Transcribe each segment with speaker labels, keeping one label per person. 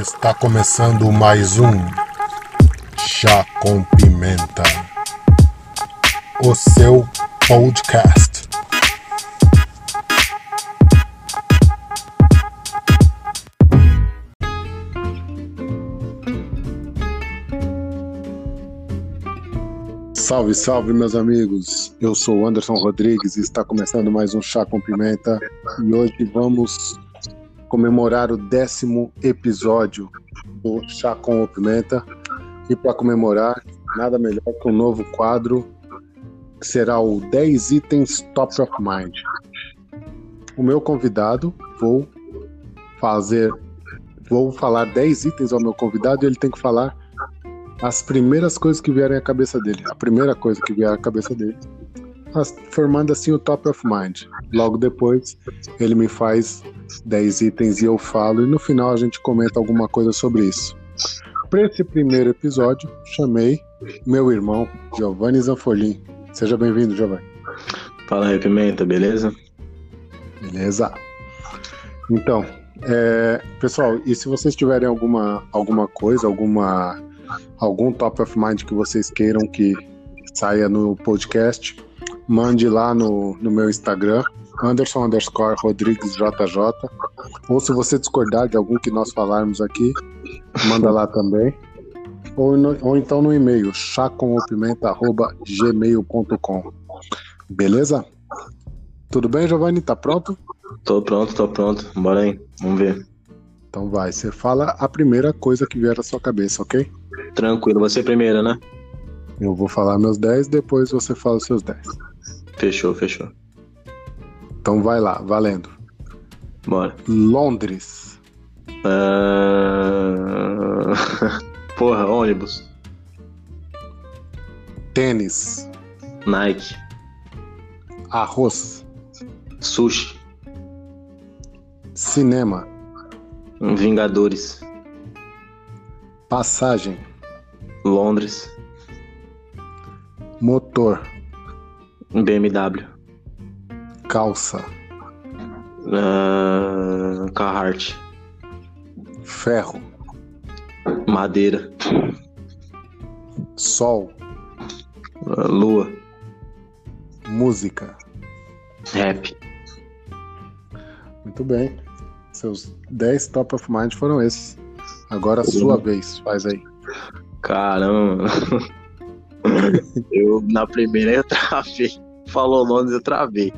Speaker 1: Está começando mais um Chá com Pimenta, o seu podcast. Salve, salve, meus amigos. Eu sou o Anderson Rodrigues e está começando mais um Chá com Pimenta. E hoje vamos comemorar o décimo episódio do Chá com o Pimenta. E para comemorar, nada melhor que um novo quadro, que será o 10 Itens Top of Mind. O meu convidado, vou fazer, vou falar 10 itens ao meu convidado e ele tem que falar as primeiras coisas que vierem à cabeça dele. A primeira coisa que vier à cabeça dele. As- Formando assim o top of mind. Logo depois, ele me faz 10 itens e eu falo, e no final a gente comenta alguma coisa sobre isso. Para esse primeiro episódio, chamei meu irmão Giovanni Zanfolin. Seja bem-vindo, Giovanni.
Speaker 2: Fala aí, Pimenta, beleza?
Speaker 1: Beleza? Então, é, pessoal, e se vocês tiverem alguma, alguma coisa, alguma algum top of mind que vocês queiram que saia no podcast, mande lá no, no meu Instagram, Anderson underscore Rodrigues JJ. Ou se você discordar de algum que nós falarmos aqui, manda lá também. Ou, no- ou então no e-mail, chacomopimenta.gmail.com. Beleza? Tudo bem, Giovanni? Tá pronto?
Speaker 2: Tô pronto, tô pronto. Bora aí, vamos ver.
Speaker 1: Então vai, você fala a primeira coisa que vier à sua cabeça, ok?
Speaker 2: Tranquilo, você primeiro, né?
Speaker 1: Eu vou falar meus 10, depois você fala os seus 10.
Speaker 2: Fechou, fechou.
Speaker 1: Então vai lá, valendo.
Speaker 2: Bora.
Speaker 1: Londres,
Speaker 2: Ah, Porra, ônibus.
Speaker 1: tênis,
Speaker 2: Nike.
Speaker 1: arroz,
Speaker 2: Sushi.
Speaker 1: cinema,
Speaker 2: Vingadores.
Speaker 1: passagem,
Speaker 2: Londres.
Speaker 1: motor,
Speaker 2: BMW.
Speaker 1: calça,
Speaker 2: Ah, Carhartt.
Speaker 1: ferro,
Speaker 2: Madeira.
Speaker 1: sol,
Speaker 2: Ah, Lua.
Speaker 1: música.
Speaker 2: Rap.
Speaker 1: Muito bem. Seus 10 top of mind foram esses. Agora a sua vez, faz aí.
Speaker 2: Caramba. eu, na primeira, eu travei. Falou Londres, eu travei.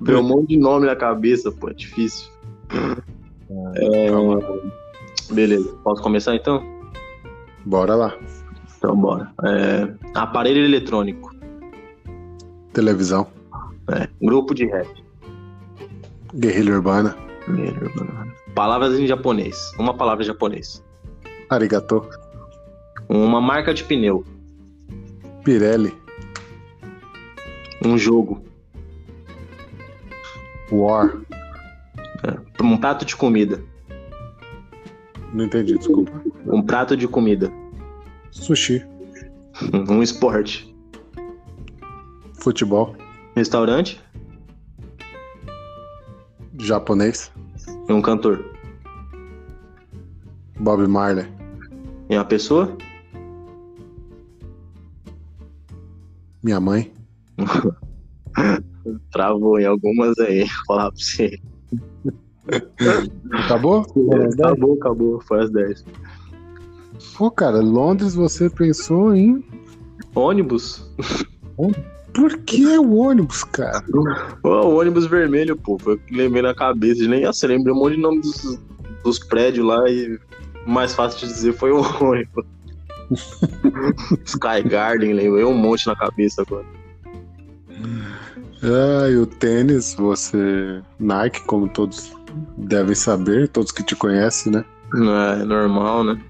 Speaker 2: Veio um monte de nome na cabeça, pô, é difícil.
Speaker 1: Calma.
Speaker 2: Beleza, posso começar então?
Speaker 1: Bora lá.
Speaker 2: Então, bora. É, aparelho eletrônico.
Speaker 1: Televisão,
Speaker 2: é, grupo de rap.
Speaker 1: guerrilha urbana,
Speaker 2: Palavras em japonês. Uma palavra em japonês.
Speaker 1: arigatô,
Speaker 2: Uma marca de pneu.
Speaker 1: Pirelli,
Speaker 2: Um jogo.
Speaker 1: war.
Speaker 2: Um prato de comida.
Speaker 1: Não entendi, desculpa.
Speaker 2: Um prato de comida.
Speaker 1: Sushi,
Speaker 2: Um esporte.
Speaker 1: futebol,
Speaker 2: Restaurante.
Speaker 1: japonês,
Speaker 2: Um cantor.
Speaker 1: Bob Marley,
Speaker 2: E uma pessoa.
Speaker 1: minha mãe,
Speaker 2: Travou em algumas aí, vou falar pra você.
Speaker 1: Acabou?
Speaker 2: Acabou, acabou, foi às 10.
Speaker 1: Pô, cara, Londres você pensou em.
Speaker 2: Ônibus?
Speaker 1: Por que o ônibus, cara?
Speaker 2: Ô, o ônibus vermelho, pô, foi o que lembrei na cabeça. Nem assim, lembrei um monte de nome dos, dos prédios lá e o mais fácil de dizer foi o ônibus. Sky Garden, lembrei um monte na cabeça agora.
Speaker 1: Ah, e o tênis, você. Nike, como todos devem saber, todos que te conhecem, né?
Speaker 2: Não é normal, né?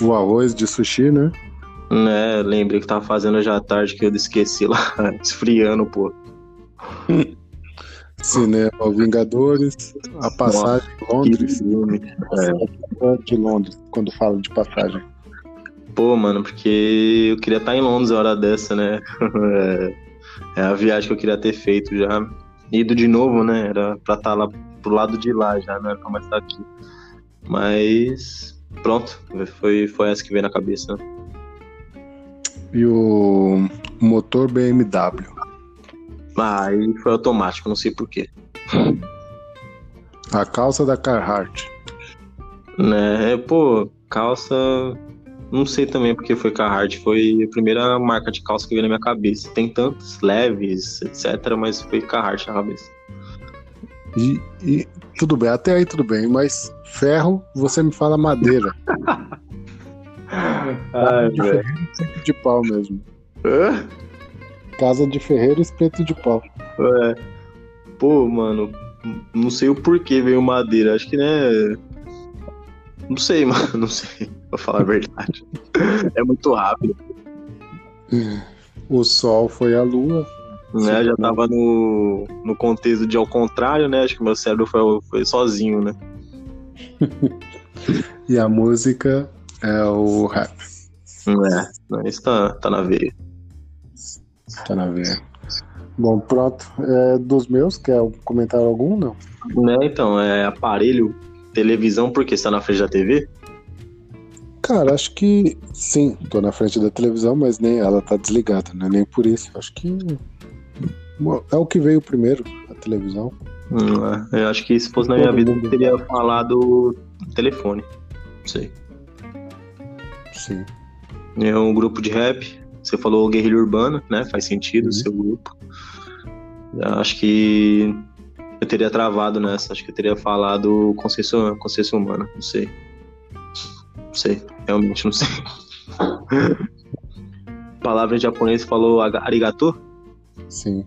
Speaker 1: O arroz de sushi, né?
Speaker 2: Né, lembrei que tava fazendo já à tarde que eu esqueci lá, esfriando, pô.
Speaker 1: Cinema Vingadores, a passagem um Londres.
Speaker 2: É.
Speaker 1: De Londres, quando falo de passagem.
Speaker 2: Pô, mano, porque eu tá é queria estar em Londres a hora dessa, né? É a viagem que eu queria ter feito já. ido de novo, né? Era pra estar lá pro lado de lá já, não era pra mais estar aqui. Mas pronto, foi, foi essa que veio na cabeça. né?
Speaker 1: E o motor BMW.
Speaker 2: Ah, aí foi automático, não sei porquê.
Speaker 1: A calça da Carhartt.
Speaker 2: Né? É, pô, calça. Não sei também porque foi Carhartt, foi a primeira marca de calça que veio na minha cabeça. Tem tantas leves, etc, mas foi Carhartt na cabeça.
Speaker 1: E, e tudo bem, até aí tudo bem, mas ferro, você me fala madeira.
Speaker 2: Ai, velho.
Speaker 1: Diferente de pau mesmo. Casa de ferreiro, espeto de pau.
Speaker 2: É. Pô, mano, não sei o porquê veio madeira. Acho que, né? Não sei, mano, não sei, pra falar a verdade. É muito rápido,
Speaker 1: O sol foi a lua.
Speaker 2: né? Eu já tava no, no contexto de ao contrário, né? Acho que meu cérebro foi, foi sozinho, né?
Speaker 1: E a música é o rap.
Speaker 2: É, né? isso tá, tá na veia.
Speaker 1: Tá na veia. Bom, pronto. É dos meus, quer comentar algum? Não.
Speaker 2: Né, então, é aparelho, televisão, porque você tá na frente da TV?
Speaker 1: Cara, acho que sim, tô na frente da televisão, mas nem ela tá desligada, né? Nem por isso. Acho que bom, é o que veio primeiro, a televisão.
Speaker 2: Hum, é. Eu acho que se fosse na minha vida, eu teria falado telefone. Não sei.
Speaker 1: Sim.
Speaker 2: É um grupo de rap. Você falou guerrilha urbana, né? Faz sentido
Speaker 1: Uhum.
Speaker 2: o seu grupo. Eu acho que eu teria travado nessa. Acho que eu teria falado consciência, consciência humana. Não sei. Não sei. Realmente não sei. Palavra em japonês você falou aga- arigato?
Speaker 1: Sim.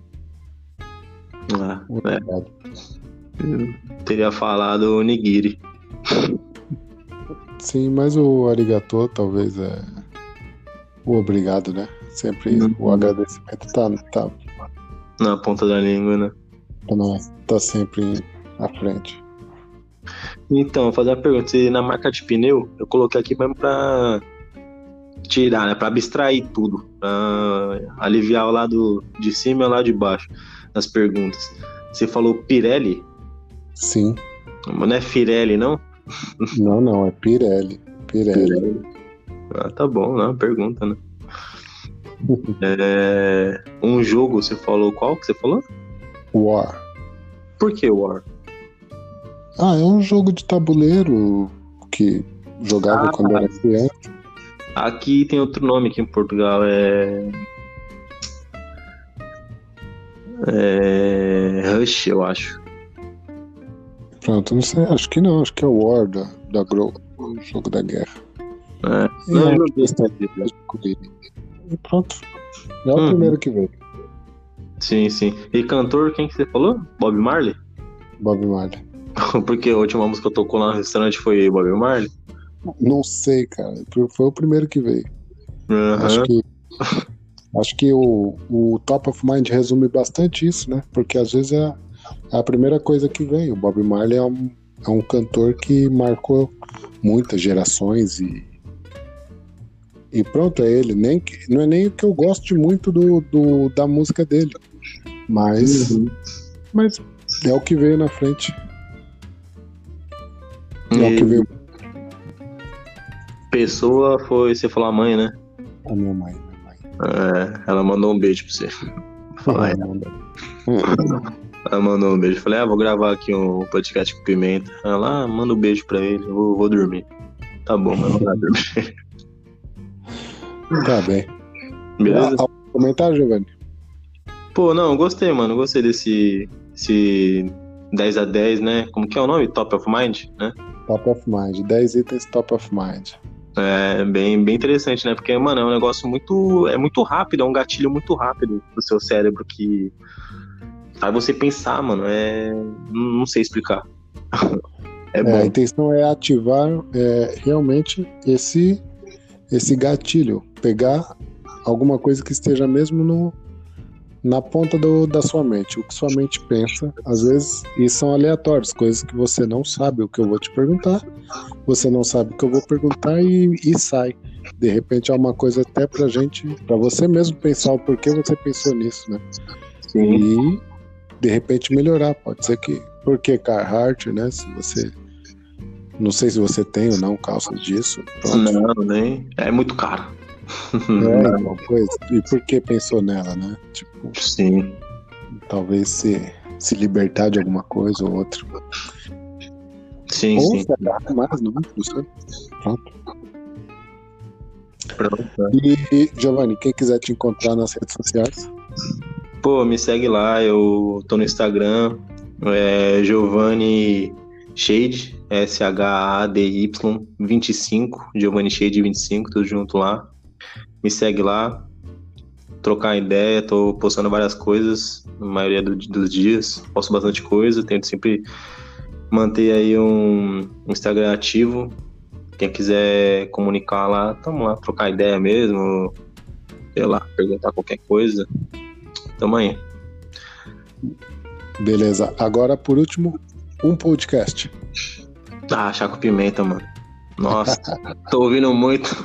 Speaker 2: Ah, é.
Speaker 1: Obrigado.
Speaker 2: Eu teria falado nigiri.
Speaker 1: Sim, mas o arigatô talvez é o obrigado, né? Sempre
Speaker 2: Uhum.
Speaker 1: o agradecimento tá, tá,
Speaker 2: Na ponta da língua, né?
Speaker 1: tá, na- tá sempre à frente.
Speaker 2: Então, vou fazer uma pergunta. Se na marca de pneu, eu coloquei aqui mesmo pra tirar, né? Pra abstrair tudo. Pra aliviar o lado de cima e o lado de baixo nas perguntas. Você falou Pirelli?
Speaker 1: Sim.
Speaker 2: Não é Firelli, não?
Speaker 1: Não, não, é Pirelli. Pirelli.
Speaker 2: Ah, tá bom, não, pergunta, né? É, um jogo, você falou qual que você falou?
Speaker 1: War.
Speaker 2: Por que War?
Speaker 1: Ah, é um jogo de tabuleiro que jogava
Speaker 2: Ah,
Speaker 1: quando era criança.
Speaker 2: Aqui tem outro nome aqui em Portugal, é. É. Rush, eu acho.
Speaker 1: Pronto, não sei, acho que não, acho que é o War da, da Gro, o jogo da guerra.
Speaker 2: É.
Speaker 1: E
Speaker 2: Não,
Speaker 1: é,
Speaker 2: eu joguei esse
Speaker 1: questão
Speaker 2: vídeo.
Speaker 1: de escolher. E pronto. É o
Speaker 2: Uhum.
Speaker 1: primeiro que veio,
Speaker 2: Sim, sim. E cantor, quem que você falou? Bob Marley?
Speaker 1: Bob Marley.
Speaker 2: Porque a última música que eu tocou lá no restaurante foi Bob Marley.
Speaker 1: Não sei, cara. Foi o primeiro que veio. Acho
Speaker 2: Aham.
Speaker 1: que. Acho que o, o Top of Mind resume bastante isso, né? Porque às vezes é a primeira coisa que vem. O Bob Marley é um, é um cantor que marcou muitas gerações e. E pronto, é ele. Nem, que- não é nem que eu goste muito do, do- da música dele. Mas, mas
Speaker 2: Uhum.
Speaker 1: é o que veio na frente. É o que
Speaker 2: E
Speaker 1: veio
Speaker 2: pessoa foi, você falou a mãe, né?
Speaker 1: a minha mãe. Minha mãe.
Speaker 2: É, ela mandou um beijo pra você. Fala,
Speaker 1: Ela mandou.
Speaker 2: Ela mandou um beijo. Falei, ah, vou gravar aqui um podcast com pimenta. Ela, ah, manda um beijo pra ele, eu vou, vou dormir. Tá bom, mas não vai dormir.
Speaker 1: Tá bem.
Speaker 2: Beleza?
Speaker 1: Ah, algum Comentário, Giovanni?
Speaker 2: Pô, não, gostei, mano. Gostei desse, desse 10 a 10 né? Como que é o nome? Top of Mind, né?
Speaker 1: Top of Mind. 10 itens top of mind.
Speaker 2: É bem, bem interessante, né? Porque, mano, é um negócio muito. É muito rápido, é um gatilho muito rápido pro seu cérebro que. Faz você pensar, mano. É. Não sei explicar.
Speaker 1: É,
Speaker 2: É
Speaker 1: a
Speaker 2: bom.
Speaker 1: intenção é ativar é, realmente esse, esse gatilho. Pegar alguma coisa que esteja mesmo no, na ponta do- da sua mente. O que sua mente pensa, às vezes, e são aleatórios, coisas que você não sabe o que eu vou te perguntar, você não sabe o que eu vou perguntar e, e sai. De repente é uma coisa até pra gente, pra você mesmo pensar o porquê você pensou nisso, né?
Speaker 2: Sim.
Speaker 1: E de repente melhorar. Pode ser que. Porque Carhartt, né? Se você. Não sei se você tem ou não calça disso. Pronto.
Speaker 2: Não, nem. É muito caro.
Speaker 1: É, então, pois, e por que pensou nela, né?
Speaker 2: É.
Speaker 1: Tipo,
Speaker 2: Sim.
Speaker 1: talvez se, se libertar de alguma coisa ou outra.
Speaker 2: Sim,
Speaker 1: Ou
Speaker 2: sim.
Speaker 1: se agarrar mais, não é? Não sei.
Speaker 2: Pronto.
Speaker 1: E, Giovanni, quem quiser te encontrar nas redes sociais,
Speaker 2: Pô, me segue lá, eu tô no Instagram, é Giovanni Shade, S-H-A-D-Y 25, Giovanni Shade 25, tudo junto lá. Me segue lá, trocar ideia, tô postando várias coisas, na maioria do- dos dias, posto bastante coisa, tento sempre manter aí um Instagram ativo. Quem quiser comunicar lá, tamo lá, trocar ideia mesmo, sei lá, perguntar qualquer coisa. Tamo aí.
Speaker 1: beleza. Agora, por último, um podcast.
Speaker 2: Ah, chá com pimenta, mano. Nossa, tô ouvindo muito.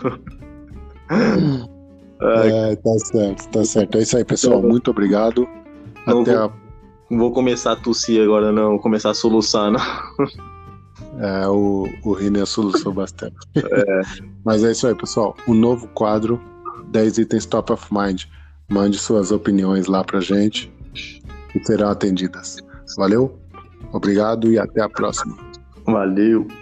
Speaker 2: Ai,
Speaker 1: É, tá certo, tá certo. É isso aí, pessoal. Muito obrigado.
Speaker 2: Não
Speaker 1: Até
Speaker 2: vou-
Speaker 1: a-
Speaker 2: não vou começar a tossir agora, não. Vou começar a soluçar, não.
Speaker 1: é, o, o René soluçou bastante. Mas é isso aí, pessoal. O novo quadro 10 itens top of mind. Mande suas opiniões lá pra gente e serão atendidas. Valeu, obrigado e até a próxima.
Speaker 2: Valeu.